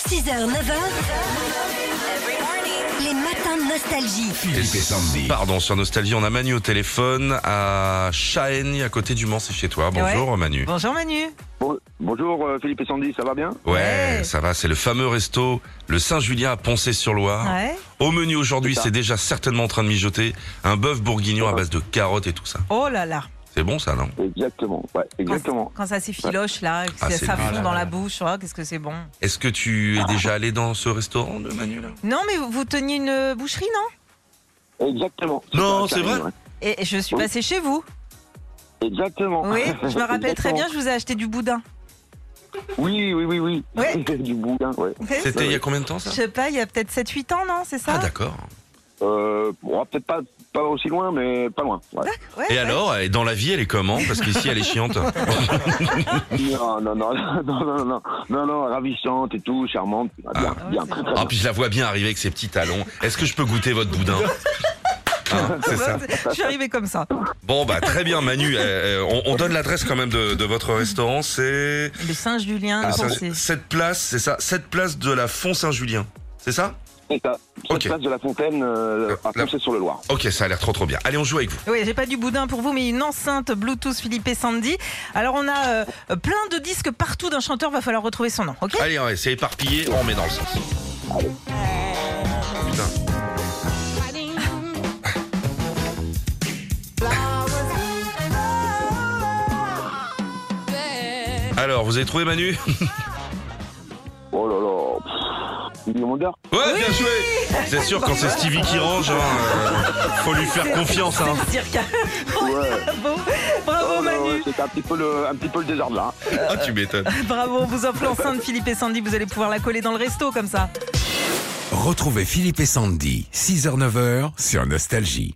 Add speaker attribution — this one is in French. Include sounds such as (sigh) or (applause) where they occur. Speaker 1: 6h, 9h, les matins de nostalgie.
Speaker 2: Pardon, sur Nostalgie, on a Manu au téléphone à Chaignes, à côté du Mans, c'est chez toi. Bonjour Manu.
Speaker 3: Bonjour Manu.
Speaker 4: Bon- bonjour euh, Philippe et Sandy, ça va bien
Speaker 2: Ouais,
Speaker 3: Ouais.
Speaker 2: ça va, c'est le fameux resto, le Saint-Julien à Poncé-sur-Loire.
Speaker 3: Ouais.
Speaker 2: Au menu aujourd'hui,
Speaker 4: C'est ça.
Speaker 2: c'est déjà certainement en train de mijoter un bœuf bourguignon à base de carottes et tout ça.
Speaker 3: Oh là là.
Speaker 2: C'est bon ça, non
Speaker 4: Exactement,
Speaker 3: Quand-
Speaker 4: ouais, exactement.
Speaker 3: Quand ça s'effiloche là, que
Speaker 2: Ah,
Speaker 3: ça-
Speaker 2: c'est
Speaker 3: ça
Speaker 2: bon.
Speaker 3: fond dans la bouche, oh, qu'est-ce que c'est bon.
Speaker 2: Est-ce que tu es déjà allé dans ce restaurant de Manu là
Speaker 3: Non mais vous, vous teniez une boucherie, non
Speaker 4: Exactement.
Speaker 2: Non,
Speaker 4: ça,
Speaker 2: c'est
Speaker 4: Karine, hein.
Speaker 2: vrai
Speaker 4: ouais.
Speaker 3: Et et je suis
Speaker 4: Oui.
Speaker 3: passée chez vous.
Speaker 4: Exactement. (laughs)
Speaker 3: Oui, je me rappelle très bien, je vous ai acheté
Speaker 2: (laughs)
Speaker 3: du boudin.
Speaker 4: Oui, oui, oui, oui.
Speaker 3: Ouais.
Speaker 4: (laughs) du boudin, ouais.
Speaker 2: C'était il y a combien de temps
Speaker 3: Je
Speaker 2: ça
Speaker 3: sais pas, il y a peut-être 7-8 ans, non C'est ça
Speaker 2: Ah d'accord.
Speaker 4: Euh, bon, peut-être pas, pas aussi loin, mais pas loin. ouais.
Speaker 3: Ouais,
Speaker 2: Et
Speaker 3: ouais.
Speaker 2: alors, et dans la vie, elle est comment Parce qu'ici, elle est
Speaker 3: (laughs)
Speaker 2: chiante.
Speaker 4: (laughs) non, non, non, (laughs) non, non, non, non, non, non, ravissante et tout, charmante. Bien,
Speaker 3: Ah.
Speaker 4: bien,
Speaker 3: Ouais,
Speaker 4: très, (laughs)
Speaker 3: c'est
Speaker 4: très
Speaker 2: Ah,
Speaker 4: bien.
Speaker 2: puis je la vois bien arriver avec ses petits talons. Est-ce que je peux goûter votre boudin Hein, c'est ça.
Speaker 3: (laughs) Je suis arrivée comme ça.
Speaker 2: Bon, bah très bien, Manu. euh, euh, on, on donne l'adresse quand même de, de votre restaurant. C'est
Speaker 3: Le Saint-Julien à Poncé.
Speaker 2: 7 places, c'est ça 7 places de la Font Saint-Julien. C'est ça
Speaker 4: C'est ça. Cette
Speaker 2: Ok.
Speaker 4: place de la fontaine euh, à
Speaker 2: La-
Speaker 4: sur le Loir.
Speaker 2: Ok, ça a l'air trop trop bien. Allez, on joue avec vous.
Speaker 3: Oui, j'ai pas du boudin pour vous, mais une enceinte Bluetooth Philippe et Sandy. Alors on a euh, plein de disques partout d'un chanteur, va falloir retrouver son nom, ok
Speaker 2: Allez, ouais, c'est éparpillé, on met dans le sens. Putain. Alors, vous avez trouvé Manu
Speaker 4: Oh là là. Pfff. Million
Speaker 2: Ouais, bien joué C'est sûr, quand c'est Stevie qui range, hein, euh, faut lui faire confiance. Hein.
Speaker 3: Dire qu'à-
Speaker 4: Ouais.
Speaker 3: (laughs) Bravo, bravo
Speaker 4: Oh là,
Speaker 3: Manu.
Speaker 4: ouais, C'était un petit peu le, un petit peu le désordre là.
Speaker 2: Ah, tu m'étonnes.
Speaker 3: Bravo, on vous offre l'enceinte Philippe et Sandy, vous allez pouvoir la coller dans le resto comme ça.
Speaker 5: Retrouvez Philippe et Sandy, 6h-9h sur Nostalgie.